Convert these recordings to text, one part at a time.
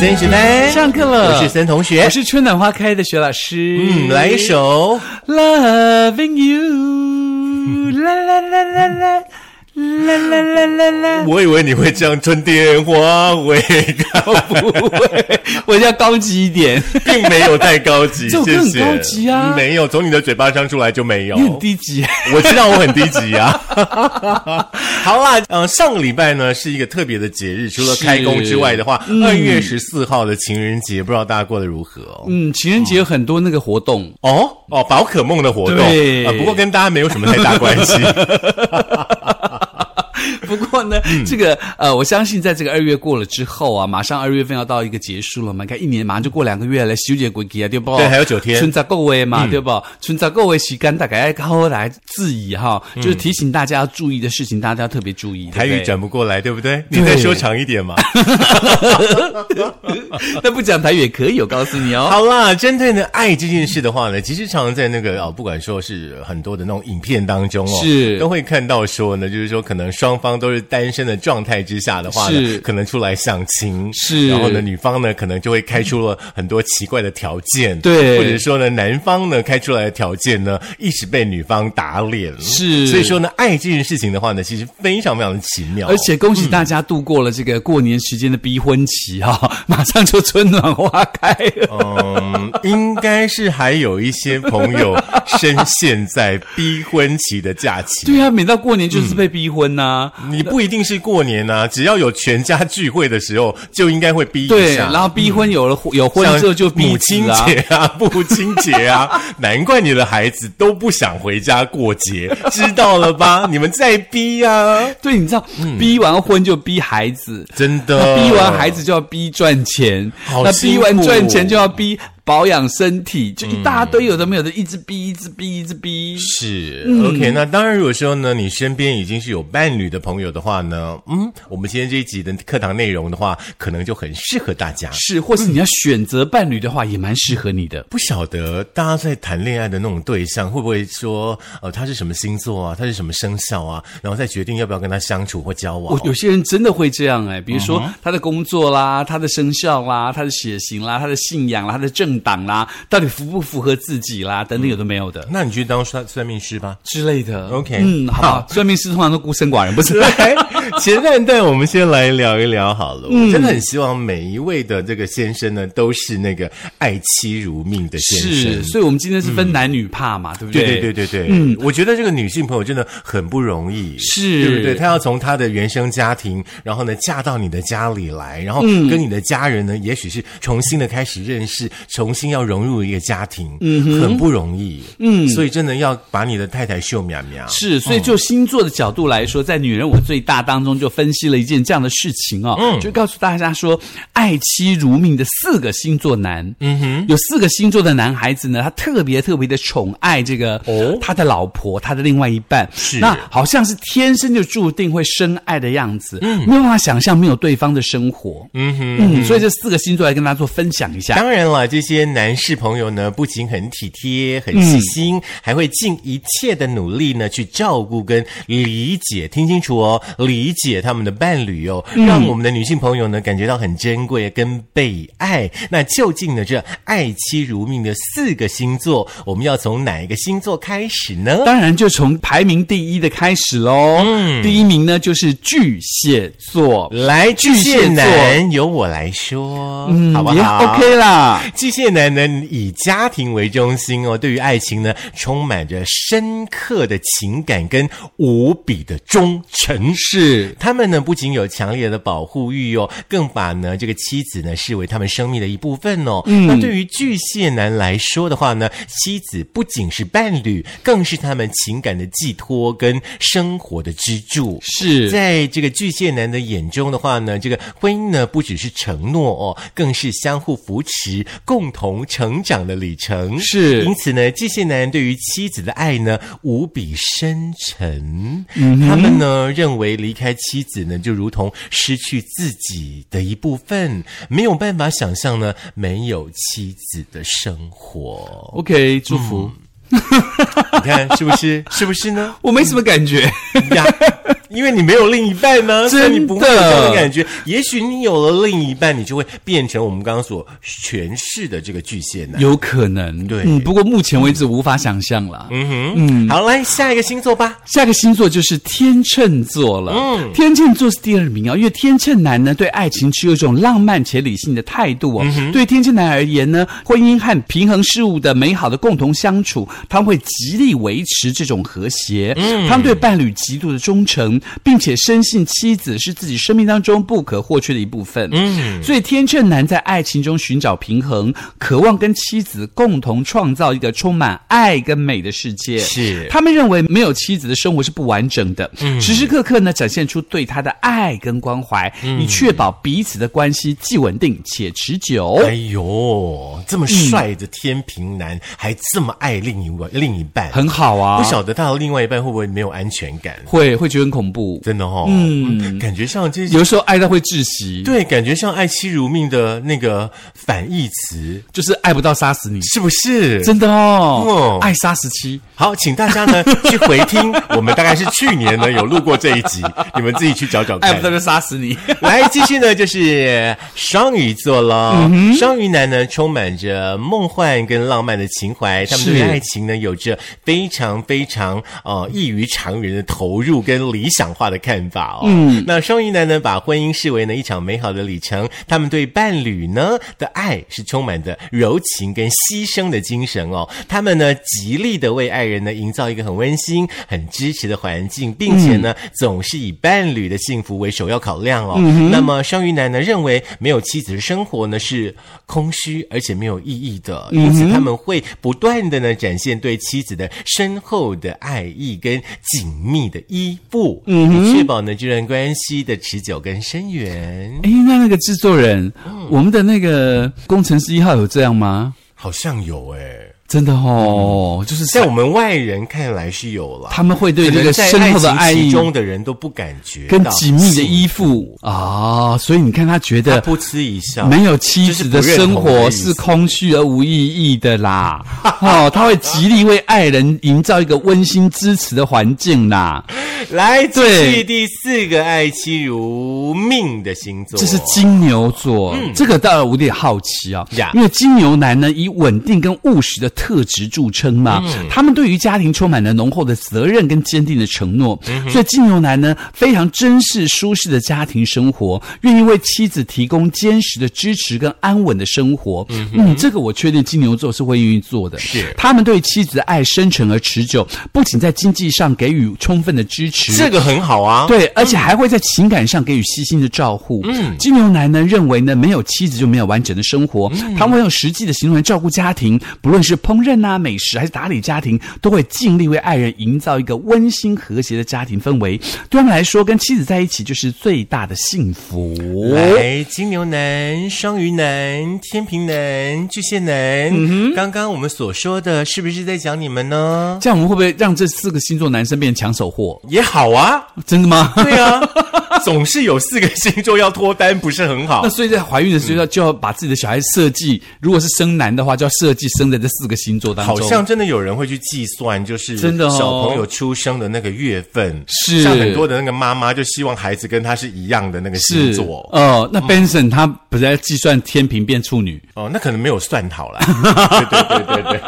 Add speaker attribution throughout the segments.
Speaker 1: 森学班
Speaker 2: 上课了
Speaker 1: 我是森同学
Speaker 2: 我。是春暖花开的雪老师。
Speaker 1: 嗯，来一首。
Speaker 2: Loving You，啦啦啦啦啦。啦啦啦啦啦！
Speaker 1: 我以为你会唱《春天花 会开
Speaker 2: 我哦不会，我要高级一 点。》，
Speaker 1: 并没有太高 级，
Speaker 2: 这首歌
Speaker 1: 谢
Speaker 2: 很
Speaker 1: 谢。
Speaker 2: 高级啊
Speaker 1: 没有，从你的嘴巴上出来就没有
Speaker 2: 你。很低级，
Speaker 1: 我知道我很低级啊呀、 好啦，嗯、上个礼拜呢是一个特别的节日，除了
Speaker 2: 是
Speaker 1: 开工之外的话，二、月十四号的情人节，不知道大家过得如何哦。
Speaker 2: 嗯，情人节有很多那个活动，
Speaker 1: 哦哦，宝可梦的活动
Speaker 2: 对
Speaker 1: 啊、不过跟大家没有什么太大关 系。
Speaker 2: 不过呢，
Speaker 1: 嗯
Speaker 2: 这个呃，我相信在这个二月过了之后啊，马上二月份要到一个结束了嘛，你看一年马上就过两个月了，休节过期啊，对不？
Speaker 1: 对还有九天嗯
Speaker 2: 春节过月嘛，对不？春节过月时间大概后来质疑哈，就是提醒大家要注意的事情，大家要特别注意。
Speaker 1: 嗯台
Speaker 2: 对
Speaker 1: 语
Speaker 2: 不对
Speaker 1: 转不过来，对不对？你再
Speaker 2: 对
Speaker 1: 说长一点嘛。
Speaker 2: 那不讲台语也可以，我告诉你哦。
Speaker 1: 好啦，针对呢爱这件事的话呢，其实常常在那个啊、不管说是很多的那种影片当中哦，
Speaker 2: 是
Speaker 1: 都会看到说呢，就是说可能双方都是单身的状态之下的话呢
Speaker 2: 是，
Speaker 1: 可能出来相亲，
Speaker 2: 是
Speaker 1: 然后呢，女方呢可能就会开出了很多奇怪的条件，
Speaker 2: 对
Speaker 1: 或者说呢，男方呢开出来的条件呢，一直被女方打脸，
Speaker 2: 是
Speaker 1: 所以说呢，爱这件事情的话呢，其实非常非常的奇妙，
Speaker 2: 而且恭喜大家度过了这个过年时间的逼婚期哈、 马上就春暖花开了。
Speaker 1: 嗯，应该是还有一些朋友深陷在逼婚期的假期。
Speaker 2: 对啊，每到过年就是被逼婚呐、
Speaker 1: 你不一定是过年啊，只要有全家聚会的时候，就应该会逼一
Speaker 2: 对，
Speaker 1: 下。嗯
Speaker 2: 然后逼婚有了、有婚
Speaker 1: 像
Speaker 2: 之后就逼
Speaker 1: 母
Speaker 2: 子
Speaker 1: 亲
Speaker 2: 啊
Speaker 1: 节啊，父亲节啊， 难怪你的孩子都不想回家过节，知道了吧？你们在逼啊，
Speaker 2: 对，你知道，逼完婚就逼孩子，
Speaker 1: 真
Speaker 2: 那
Speaker 1: 的。
Speaker 2: 逼完孩子就要逼赚钱，
Speaker 1: 好
Speaker 2: 那
Speaker 1: 辛
Speaker 2: 逼
Speaker 1: 苦
Speaker 2: 完赚钱就要逼保养身体，就一大堆有的没有的，一直逼，一直逼，一直逼。
Speaker 1: 是、OK，那
Speaker 2: 嗯
Speaker 1: 当然，如果说呢，你身边已经是有伴侣的朋友的话呢，嗯，我们今天这一集的课堂内容的话，可能就很适合大家。
Speaker 2: 是，或是你要选择伴侣的话，也蛮适合你的。
Speaker 1: 不晓得大家在谈恋爱的那种对象，会不会说，呃，他是什么星座啊，他是什么生肖啊，然后再决定要不要跟他相处或交往
Speaker 2: 我？有些人真的会这样哎、比如说他的工作啦、他的生肖啦、他的血型啦、他的信仰啦、他的政党啦，到底符不符合自己啦，等等有的没有的、
Speaker 1: 那你去当算算命师吧。
Speaker 2: 嗯之类的。
Speaker 1: OK，
Speaker 2: 嗯，好不 好？算命师通常都孤身寡人，不 是？
Speaker 1: 来，哎前半段我们先来聊一聊好了。
Speaker 2: 嗯
Speaker 1: 我真的很希望每一位的这个先生呢，都是那个爱妻如命的先生。
Speaker 2: 是，所以我们今天是分男女怕嘛，对不
Speaker 1: 对
Speaker 2: 对
Speaker 1: 对对对对，嗯，我觉得这个女性朋友真的很不容易，
Speaker 2: 是
Speaker 1: 对不对？她要从她的原生家庭，然后呢嫁到你的家里来，然后
Speaker 2: 嗯
Speaker 1: 跟你的家人呢，也许是重新的开始认识，重新要融入一个家庭，嗯，很不容易，嗯，所以真的要把你的太太秀苗苗，
Speaker 2: 是，所以就星座的角度来说，在《女人我最大》当中就分析了一件这样的事情哦，就告诉大家说，爱妻如命的四个星座男，嗯哼，有四个星座的男孩子呢，他特别特别的宠爱这个
Speaker 1: 哦
Speaker 2: 他的老婆，他的另外一半，
Speaker 1: 是
Speaker 2: 那好像是天生就注定会深爱的样子，没有办法想象没有对方的生活，嗯哼，嗯，所以这四个星座来跟大家做分享一下。
Speaker 1: 当然了，这些男士朋友呢，不仅很体贴、很细心，
Speaker 2: 嗯
Speaker 1: 还会尽一切的努力呢，去照顾跟理解。听清楚哦，理解他们的伴侣哦，
Speaker 2: 嗯
Speaker 1: 让我们的女性朋友呢，感觉到很珍贵跟被爱。那究竟呢，这爱妻如命的四个星座，我们要从哪一个星座开始呢？
Speaker 2: 当然就从排名第一的开始喽。嗯，第一名呢就是巨蟹座，
Speaker 1: 来，巨蟹
Speaker 2: 蟹座
Speaker 1: 男由我来说，
Speaker 2: 嗯，
Speaker 1: 好不
Speaker 2: 也
Speaker 1: 好
Speaker 2: OK 啦。
Speaker 1: 巨蟹男呢，以家庭为中心哦，对于爱情呢，充满着深刻的情感跟无比的忠诚。
Speaker 2: 是，
Speaker 1: 他们呢，不仅有强烈的保护欲哦，更把呢这个妻子呢视为他们生命的一部分哦。那对于巨蟹男来说的话呢，妻子不仅是伴侣，更是他们情感的寄托跟生活的支柱。
Speaker 2: 是
Speaker 1: 在这个巨蟹男的眼中的话呢，这个婚姻呢不只是承诺哦，更是相互扶持、共同成长的旅程。
Speaker 2: 是
Speaker 1: 因此呢，巨蟹男对于妻子的爱呢无比深沉。
Speaker 2: 嗯
Speaker 1: 他们呢认为离开妻子呢就如同失去自己的一部分，没有办法想象呢没有妻子的生活。
Speaker 2: 嗯 OK，祝福。
Speaker 1: 你看是不是？是不是呢？
Speaker 2: 我没什么感觉。
Speaker 1: 呀， 因为你没有另一半呢，所以你不会有这样的感觉。也许你有了另一半，你就会变成我们刚刚所诠释的这个巨蟹男。
Speaker 2: 有可能，
Speaker 1: 对
Speaker 2: 嗯，不过目前为止无法想象了。嗯，
Speaker 1: 嗯，好，来下一个星座吧。
Speaker 2: 下个星座就是天秤座了。嗯，天秤座是第二名啊、因为天秤男呢对爱情持有一种浪漫且理性的态度哦。对天秤男而言呢，婚姻和平衡事物的美好的共同相处，他们会极力维持这种和谐。嗯，他们对伴侣极度的忠诚，并且深信妻子是自己生命当中不可或缺的一部分。嗯，所以天秤男在爱情中寻找平衡，渴望跟妻子共同创造一个充满爱跟美的世界。
Speaker 1: 是
Speaker 2: 他们认为没有妻子的生活是不完整的，
Speaker 1: 嗯
Speaker 2: 时时刻刻呢展现出对她的爱跟关怀，
Speaker 1: 嗯
Speaker 2: 以确保彼此的关系既稳定且持久。
Speaker 1: 哎呦，这么帅的天平男，还这么爱另一位另一半，
Speaker 2: 嗯很好啊，
Speaker 1: 不晓得他的另外一半会不会没有安全感？
Speaker 2: 会会觉得很恐怖，
Speaker 1: 真的哦，嗯，感觉上这
Speaker 2: 有时候爱到会窒息，
Speaker 1: 对，感觉像爱妻如命的那个反义词，
Speaker 2: 就是爱不到杀死你，
Speaker 1: 是不是？
Speaker 2: 真的哦
Speaker 1: 哦，
Speaker 2: 爱杀死妻。
Speaker 1: 好，请大家呢去回听，我们大概是去年呢有录过这一集，你们自己去找找
Speaker 2: 爱
Speaker 1: 看
Speaker 2: 不到。就杀死你，
Speaker 1: 来，继续呢，就是双鱼座了。双鱼男呢，充满着梦幻跟浪漫的情怀，他们
Speaker 2: 是
Speaker 1: 对爱情呢有着非常非常呃异于常人的投入跟理想化的看法哦。嗯，那双鱼男呢，把婚姻视为呢一场美好的旅程，他们对伴侣呢的爱是充满的柔情跟牺牲的精神哦。他们呢极力的为爱人呢营造一个很温馨、很支持的环境，并且呢、
Speaker 2: 嗯
Speaker 1: 总是以伴侣的幸福为首要考量哦。那么双鱼男呢认为没有妻子的生活呢是空虚而且没有意义的，
Speaker 2: 嗯
Speaker 1: 因此他们会不断的呢展现对妻子的深厚的爱意跟紧密的依附，
Speaker 2: 嗯
Speaker 1: 以确保呢这段关系的持久跟深远。
Speaker 2: 哎，那那个制作人，
Speaker 1: 嗯
Speaker 2: 我们的那个工程师一号有这样吗？
Speaker 1: 好像有诶、
Speaker 2: 真的哦，就是
Speaker 1: 嗯在我们外人看来是有了。
Speaker 2: 他们会对
Speaker 1: 可
Speaker 2: 这个
Speaker 1: 能在
Speaker 2: 深厚的爱
Speaker 1: 爱情
Speaker 2: 意
Speaker 1: 其中的人都不感觉
Speaker 2: 跟
Speaker 1: 到
Speaker 2: 紧密的依
Speaker 1: 幸福
Speaker 2: 附啊、所以你看他觉
Speaker 1: 他
Speaker 2: 得
Speaker 1: 噗嗤一笑，
Speaker 2: 没有妻子的生活是空虚而无意义的 啦。哦，他会极力为爱人营造一个温馨支持的环境啦。
Speaker 1: 来，继
Speaker 2: 对
Speaker 1: 续第四个爱妻如命的星座，嗯
Speaker 2: 这是金牛座，这个倒有点好奇啊、
Speaker 1: 呀
Speaker 2: 因为金牛男呢以稳定跟务实的特质著称嘛，
Speaker 1: 嗯
Speaker 2: 他们对于家庭充满了浓厚的责任跟坚定的承诺，
Speaker 1: 嗯
Speaker 2: 所以金牛男呢非常珍视舒适的家庭生活，愿意为妻子提供坚实的支持跟安稳的生活。嗯这个我确定金牛座是会愿意做的，
Speaker 1: 是
Speaker 2: 他们对妻子的爱深沉而持久，不仅在经济上给予充分的支持，
Speaker 1: 这个很好啊，
Speaker 2: 对，而且还会在情感上给予细心的照顾。嗯，金牛男呢认为呢，没有妻子就没有完整的生活，
Speaker 1: 嗯
Speaker 2: 他们会用实际的行动来照顾家庭，不论是烹饪啊、美食还是打理家庭，都会尽力为爱人营造一个温馨和谐的家庭氛围。对他们来说，跟妻子在一起就是最大的幸福。
Speaker 1: 来，金牛男、双鱼男、天平男、巨蟹男，
Speaker 2: 嗯
Speaker 1: 刚刚我们所说的是不是在讲你们呢？
Speaker 2: 这样我们会不会让这四个星座男生变抢手货？
Speaker 1: 也好啊，
Speaker 2: 真的吗？
Speaker 1: 对啊，总是有四个星座要脱单，不是很好
Speaker 2: 那？所以在怀孕的时候就要把自己的小孩设计，如果是生男的话，就要设计生在这四个星座当中。
Speaker 1: 好像真的有人会去计算，就是
Speaker 2: 真的哦
Speaker 1: 小朋友出生的那个月份，
Speaker 2: 是
Speaker 1: 像很多的那个妈妈就希望孩子跟她是一样的那个星
Speaker 2: 是
Speaker 1: 座。
Speaker 2: 哦，
Speaker 1: 嗯
Speaker 2: 那 Benson 他不是在计算天平变处女。
Speaker 1: 哦，那可能没有算好啦。对 对对对对。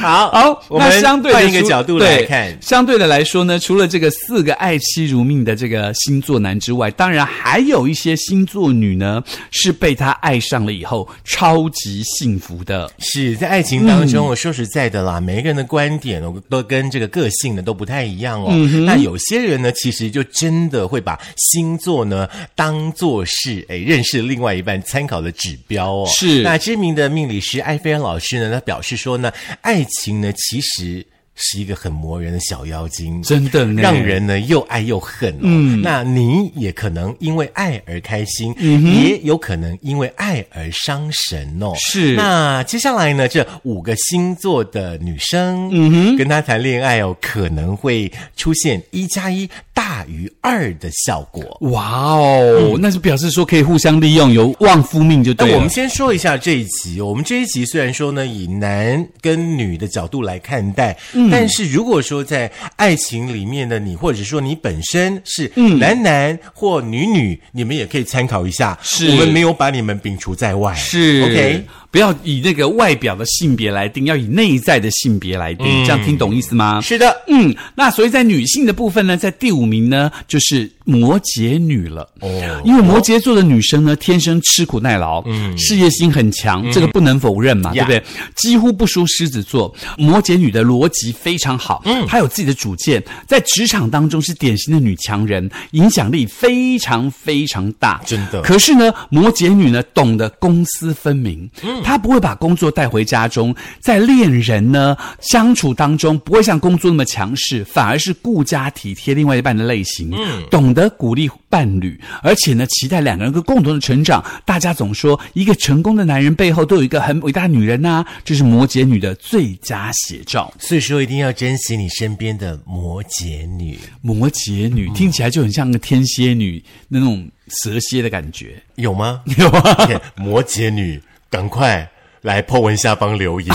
Speaker 1: 好，我
Speaker 2: 那
Speaker 1: 们
Speaker 2: 相对的
Speaker 1: 换一个
Speaker 2: 说
Speaker 1: 角度
Speaker 2: 对
Speaker 1: 来看，
Speaker 2: 相对的来说呢，除了这个四个爱妻如命的这个星座男之外，当然还有一些星座女呢，是被他爱上了以后超级幸福的。
Speaker 1: 是在爱情当中，
Speaker 2: 嗯
Speaker 1: 我说实在的啦，每一个人的观点哦，都跟这个个性呢都不太一样哦。
Speaker 2: 嗯
Speaker 1: 那有些人呢，其实就真的会把星座呢当做是哎认识另外一半参考的指标哦。
Speaker 2: 是
Speaker 1: 那知名的命理师艾菲尔老师呢，他表示说呢，爱情呢其实是一个很磨人的小妖精，
Speaker 2: 真的呢
Speaker 1: 让人呢又爱又恨、哦。嗯，那你也可能因为爱而开心，也有可能因为爱而伤神哦。
Speaker 2: 是
Speaker 1: 那接下来呢，这五个星座的女生，嗯哼，跟他谈恋爱哦，可能会出现一加一大于二的效果。
Speaker 2: 哇哦，那就表示说可以互相利用，有旺夫命就
Speaker 1: 那
Speaker 2: 对了。
Speaker 1: 我们先说一下这一集。我们这一集虽然说呢，以男跟女的角度来看待，
Speaker 2: 嗯
Speaker 1: 但是如果说在爱情里面呢，你或者说你本身是
Speaker 2: 嗯
Speaker 1: 男男或女女，你们也可以参考一下。
Speaker 2: 是
Speaker 1: 我们没有把你们摒除在外。
Speaker 2: 是
Speaker 1: OK。
Speaker 2: 不要以那个外表的性别来定，要以内在的性别来定，
Speaker 1: 嗯
Speaker 2: 这样听懂意思吗？
Speaker 1: 是的，
Speaker 2: 嗯，那所以在女性的部分呢，在第五名呢就是摩羯女了。哦，因为摩羯座的女生呢，天生吃苦耐劳，嗯，事业心很强，这个不能否认嘛，对
Speaker 1: 呀
Speaker 2: 不对？几乎不输狮子座。摩羯女的逻辑非常好，嗯，她有自己的主见，在职场当中是典型的女强人，影响力非常非常大，
Speaker 1: 真的
Speaker 2: 可是呢，摩羯女呢懂得公私分明，她不会把工作带回家中，在恋人呢相处当中不会像工作那么强势，反而是顾家体贴另外一半的类型，懂得鼓励伴侣，而且呢期待两个人有个共同的成长。大家总说一个成功的男人背后都有一个很伟大的女人呐、这是摩羯女的最佳写照。
Speaker 1: 所以说一定要珍惜你身边的摩羯女。
Speaker 2: 摩羯女听起来就很像个天蝎女那种蛇蝎的感觉。
Speaker 1: 有吗？有啊！摩羯女，赶快来 po 文下方留言，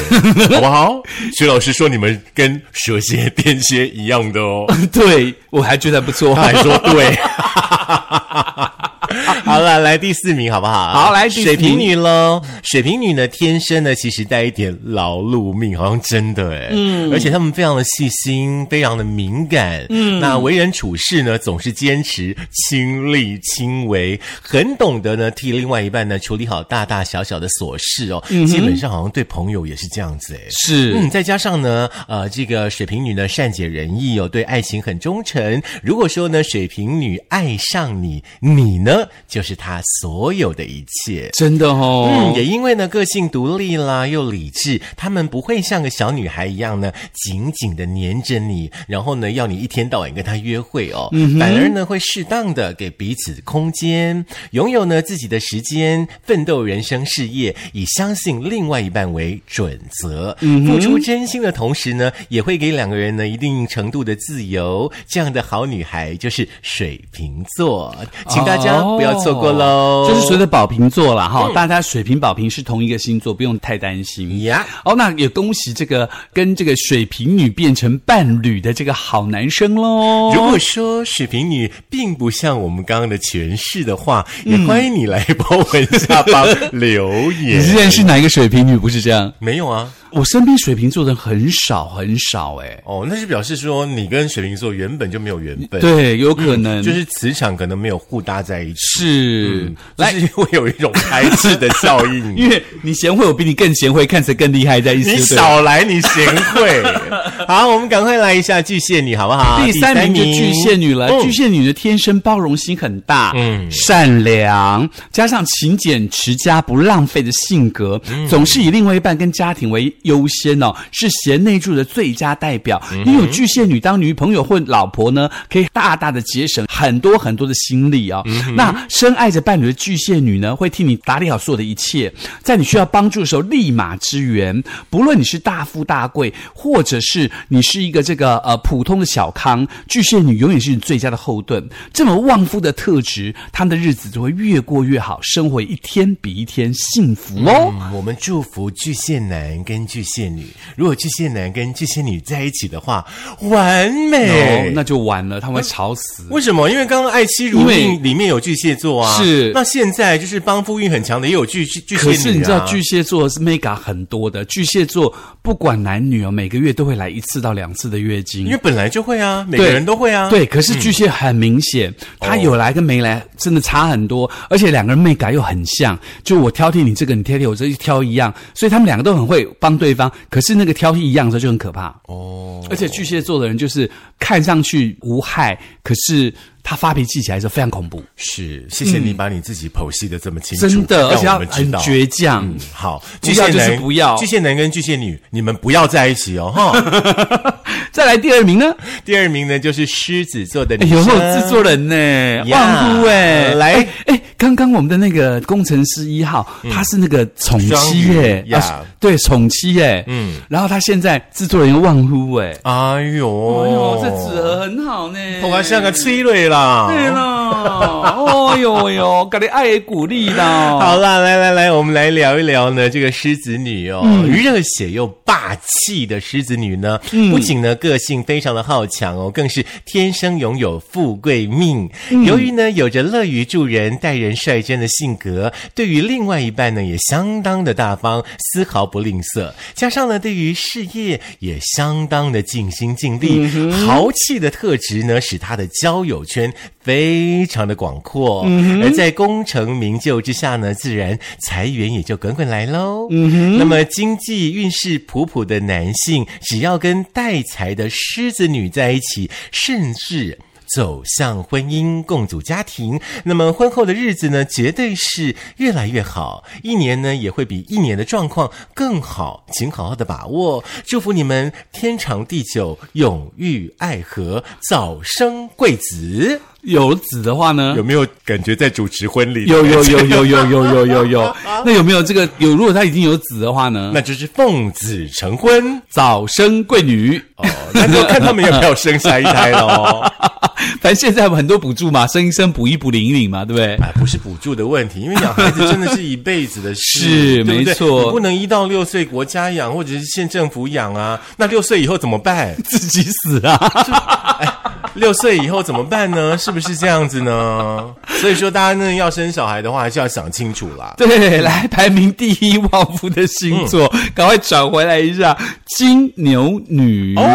Speaker 1: 好不 好？徐老师说你们跟蛇蝎、 天蝎一样的哦，
Speaker 2: 对，我还觉得不错。
Speaker 1: 他还说 对。好了，来第四名好不好？
Speaker 2: 好来第四
Speaker 1: 水瓶
Speaker 2: 名
Speaker 1: 女喽。水瓶女呢，天生呢其实带一点劳碌命，好像真的哎。嗯，而且她们非常的细心，非常的敏感。嗯，那为人处事呢，总是坚持亲力亲为，很懂得呢替另外一半呢处理好大大小小的琐事哦。
Speaker 2: 嗯
Speaker 1: 基本上好像对朋友也是这样子哎。
Speaker 2: 是
Speaker 1: 嗯，再加上呢，呃，这个水瓶女呢善解人意哦，对爱情很忠诚。如果说呢，水瓶女爱上你，你呢就是她所有的一切。
Speaker 2: 真的哦。
Speaker 1: 嗯，也因为呢个性独立啦，又理智，她们不会像个小女孩一样呢，紧紧的黏着你，然后呢要你一天到晚跟她约会哦，
Speaker 2: 嗯
Speaker 1: 反而呢会适当的给彼此空间，拥有呢自己的时间，奋斗人生事业，以相信另外一半为准则，
Speaker 2: 嗯
Speaker 1: 付出真心的同时呢，也会给两个人呢一定程度的自由。这样的好女孩就是水瓶座，请大家不要错过嗯喽。
Speaker 2: 哦就是所谓的宝瓶座啦，哈、大家水瓶、宝瓶是同一个星座，不用太担心。
Speaker 1: 呀。
Speaker 2: 哦，那也恭喜这个跟这个水瓶女变成伴侣的这个好男生喽。
Speaker 1: 如果说水瓶女并不像我们刚刚的诠释的话，
Speaker 2: 嗯
Speaker 1: 也欢迎你来帮我们下方留
Speaker 2: 你是
Speaker 1: 言。
Speaker 2: 认识哪一个水瓶女？不是这样，
Speaker 1: 没有啊，
Speaker 2: 我身边水瓶座的人很少很少哎、
Speaker 1: 哦，那是表示说你跟水瓶座原本就没有缘分，
Speaker 2: 对，嗯有可能、
Speaker 1: 就是磁场可能没有互搭在一起，
Speaker 2: 是、
Speaker 1: 来是会有一种排斥的效应。
Speaker 2: 嗯因为 你贤惠，我比你更贤惠，看起来更厉害，在意思
Speaker 1: 你
Speaker 2: 对不对
Speaker 1: 少来，你贤 惠。好，我们赶快来一下巨蟹女，好不好？
Speaker 2: 第三名就巨蟹女了。
Speaker 1: 嗯
Speaker 2: 巨蟹女的天生包容心很大，嗯，善良，加上勤俭持家、不浪费的性格，总是以另外一半跟家庭为优先哦，是贤内助的最佳代表。拥有巨蟹女当女朋友或老婆呢，可以大大的节省很多很多的心力哦。那深爱着伴侣的巨蟹女呢，会替你打理好所有的一切，在你需要帮助的时候立马支援。不论你是大富大贵，或者是你是一个这个呃普通的小康，巨蟹女永远是你最佳的后盾。这么旺夫的特质，他们的日子就会越过越好，生活一天比一天幸福哦。
Speaker 1: 嗯，我们祝福巨蟹男跟巨蟹女。如果巨蟹男跟巨蟹女在一起的话，完美。
Speaker 2: 哦，那就完了，他们会吵死。
Speaker 1: 为什么？因为刚刚爱妻如
Speaker 2: 因为
Speaker 1: 命里面有巨蟹座啊，
Speaker 2: 是
Speaker 1: 那现在就是帮夫运很强的也有巨巨巨蟹女、
Speaker 2: 可
Speaker 1: 啊。
Speaker 2: 是你知道巨蟹座是 mega 很多的，巨蟹座不管男女哦，每个月都会来一次到两次的月经
Speaker 1: 因为。本来就会啊，每
Speaker 2: 对
Speaker 1: 个人都会啊。嗯
Speaker 2: 对，可是巨蟹很明显，他有来跟没来真的差很多，而且两个人媚感又很像，就我挑剔你这个，你挑剔我这一挑一样，所以他们两个都很会帮对方，可是那个挑剔一样的时候就很可怕。
Speaker 1: 哦，
Speaker 2: 而且巨蟹座的人就是看上去无害，可是他发脾气起来的时候非常恐怖，
Speaker 1: 是，谢谢你把你自己剖析的这么清楚，
Speaker 2: 嗯真的，而且
Speaker 1: 让哎
Speaker 2: 他
Speaker 1: 我们知
Speaker 2: 很
Speaker 1: 道。
Speaker 2: 倔强。
Speaker 1: 嗯好，
Speaker 2: 不
Speaker 1: 巨
Speaker 2: 要
Speaker 1: 蟹
Speaker 2: 就是
Speaker 1: 男
Speaker 2: 不要
Speaker 1: 巨蟹男跟巨蟹女，你们不要在一起哦，哈。
Speaker 2: 再来第二名呢？
Speaker 1: 第二名呢就是狮子座的
Speaker 2: 哎
Speaker 1: 女
Speaker 2: 呦，
Speaker 1: 生，
Speaker 2: 制作人呢、
Speaker 1: 呀
Speaker 2: 旺夫哎，
Speaker 1: 来嗯
Speaker 2: 哎。哎刚刚我们的那个工程师一号，他是那个宠妻耶
Speaker 1: 双鱼，呀
Speaker 2: 啊对，宠妻耶，
Speaker 1: 嗯
Speaker 2: 嗯，然后他现在制作人又忘乎哎，
Speaker 1: 哎呦，
Speaker 2: 哎呦，这纸盒很好呢，
Speaker 1: 头发像个催泪啦。
Speaker 2: 对啦，哦呦呦，给你爱的鼓励啦，
Speaker 1: 好啦，来来来，我们来聊一聊呢，这个狮子女哦，热血又霸气的狮子女呢，不仅呢个性非常的好强哦，更是天生拥有富贵命。由于呢有着乐于助人、待人率真的性格，对于另外一半呢也相当的大方，丝毫不吝啬。加上呢对于事业也相当的尽心尽力，豪气的特质呢使她的交友圈非常的广阔。而在功成名就之下呢，自然财源也就滚滚来喽。那么经济运势普普的男性，只要跟带财的狮子女在一起，甚至。走向婚姻，共组家庭，那么婚后的日子呢，绝对是越来越好，一年呢也会比一年的状况更好，请好好的把握。祝福你们天长地久，永浴爱河，早生贵子。
Speaker 2: 有纸的话呢
Speaker 1: 有？没有感觉在主持婚礼？
Speaker 2: 有有有有有有有有 有，那有没有这个有？如果他已经有子的话呢？
Speaker 1: 那就是奉子成婚
Speaker 2: 早生贵女，
Speaker 1: 哦，那就看他们有没有生下一胎喽。
Speaker 2: 反正现在很多补助嘛，生一生补一补领一领嘛，对不对？
Speaker 1: 哎，不是补助的问题，因为养孩子真的是一辈子的事，
Speaker 2: 是
Speaker 1: 对不对
Speaker 2: 没错
Speaker 1: 你不能一到六岁国家养或者是县政府养啊。那六岁以后怎么 办？
Speaker 2: 自己死 啊！
Speaker 1: 六岁以后怎么办呢？是不是这样子呢？所以说，大家呢要生小孩的话，还是要想清楚啦。
Speaker 2: 对，嗯来排名第一旺夫的星座，赶快转回来一下金牛女。
Speaker 1: 哦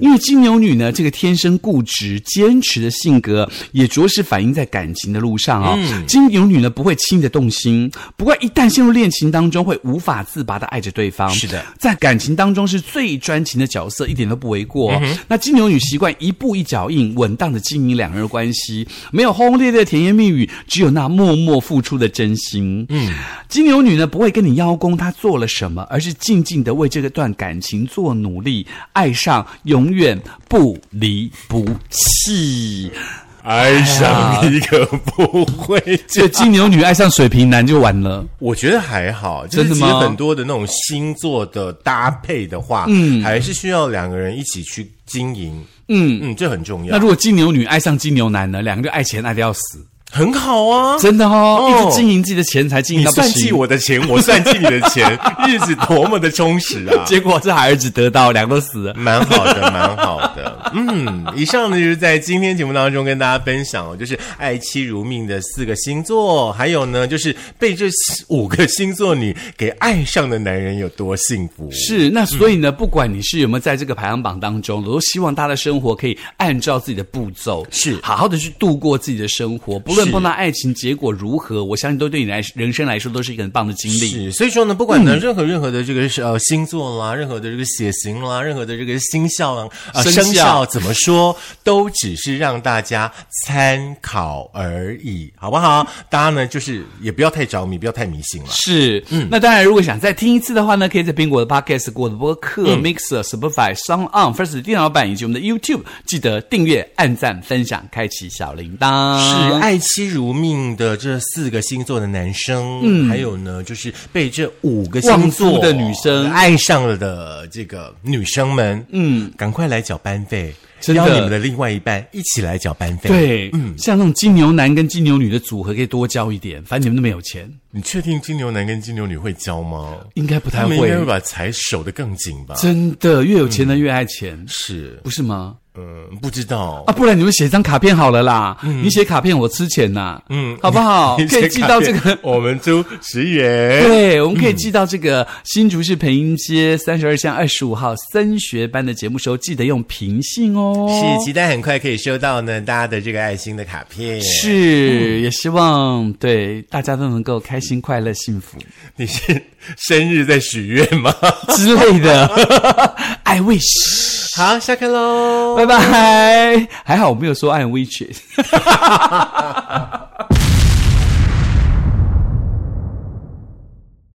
Speaker 2: 因为金牛女呢，这个天生固执、坚持的性格，也着实反映在感情的路上哦。金牛女呢，不会轻易的动心，不过一旦陷入恋情当中，会无法自拔的爱着对方。
Speaker 1: 是的，
Speaker 2: 啊在感情当中是最专情的角色，一点都不为过哦、
Speaker 1: 嗯
Speaker 2: 那金牛女习惯一步一脚印，稳当的经营两人的关系，没有轰轰烈烈的甜言蜜语，只有那默默付出的真心。嗯，金牛女呢不会跟你邀功她做了什么，而是静静的为这个段感情做努力，爱上永远不离不弃。
Speaker 1: 爱上一个不会
Speaker 2: 这金牛女爱上水瓶男就完 了。
Speaker 1: 我觉得还好，就是
Speaker 2: 真
Speaker 1: 其
Speaker 2: 的
Speaker 1: 实
Speaker 2: 吗
Speaker 1: 很多的那种星座的搭配的话，嗯，还是需要两个人一起去经营，嗯嗯，这很重
Speaker 2: 那
Speaker 1: 要，
Speaker 2: 如果金牛女爱上金牛男呢？两个就爱钱爱的要死，
Speaker 1: 很好啊。
Speaker 2: 真的哦，
Speaker 1: 哦
Speaker 2: 一直经营自己的钱财，经营
Speaker 1: 你
Speaker 2: 到不
Speaker 1: 算
Speaker 2: 行。
Speaker 1: 计我的 钱，我算计你的钱，日子多么的充实啊！
Speaker 2: 结果 这儿子得到，两个都死了。
Speaker 1: 蛮好的，蛮好的。嗯，以上呢就是在今天节目当中跟大家分享哦，就是爱妻如命的四个星座，还有呢就是被这五个星座女给爱上的男人有多幸福。
Speaker 2: 是，那所以呢，不管你是有没有在这个排行榜当中，我都希望大家的生活可以按照自己的步骤，
Speaker 1: 是
Speaker 2: 好好的去度过自己的生活。不论
Speaker 1: 是
Speaker 2: 碰到爱情结果如何，我相信都对你来人生来说都是一个很棒的经历。
Speaker 1: 是，所以说呢，不管
Speaker 2: 嗯
Speaker 1: 呢任何任何的这个呃星座啦，任何的这个血型啦，任何的这个星象啦，呃、
Speaker 2: 生
Speaker 1: 生
Speaker 2: 肖
Speaker 1: 肖怎么说，都只是让大家参考而已，好不好？大家呢就是也不要太着迷，不要太迷信了。
Speaker 2: 是，嗯，那当然，如果想再听一次的话呢，可以在苹果的 Podcast、果的播客、Mixer、Spotify、Sound On、First 电脑版以及我们的 YouTube，记得订阅、按赞、分享、开启小铃铛。
Speaker 1: 是爱妻如命的这四个星座的男生，嗯，还有呢，就是被这五个星座
Speaker 2: 旺夫的女生
Speaker 1: 爱上了的这个女生们，嗯，赶快来缴班费，
Speaker 2: 真的
Speaker 1: 邀你们的另外一半一起来缴班费。，
Speaker 2: 对，嗯像那种金牛男跟金牛女的组合可以多交一点，反正你们都没有钱，
Speaker 1: 你确定金牛男跟金牛女会交吗？
Speaker 2: 应该不
Speaker 1: 他
Speaker 2: 太
Speaker 1: 们应该会
Speaker 2: 会。
Speaker 1: 把财守得更紧吧？
Speaker 2: 真的，越有钱的越爱钱，
Speaker 1: 嗯是，
Speaker 2: 不是吗？
Speaker 1: 嗯，不知道
Speaker 2: 啊，。不然你们写一张卡片好了啦，你写卡片我吃钱呐，嗯，好 不好？可以寄到这个。
Speaker 1: 我们租十元。
Speaker 2: 对，我们可以寄到这个新竹市培英街三十二巷二十五号升学班的节目时候，记得用平信哦。
Speaker 1: 是，期待很快可以收到呢，大家的这个爱心的卡片。
Speaker 2: 是，也希望对大家都能够开心、快乐、幸福。
Speaker 1: 你是生日在许愿吗？
Speaker 2: 之类的。I wish，
Speaker 1: 好，下课喽。
Speaker 2: 拜拜。还好我没有说 I wish。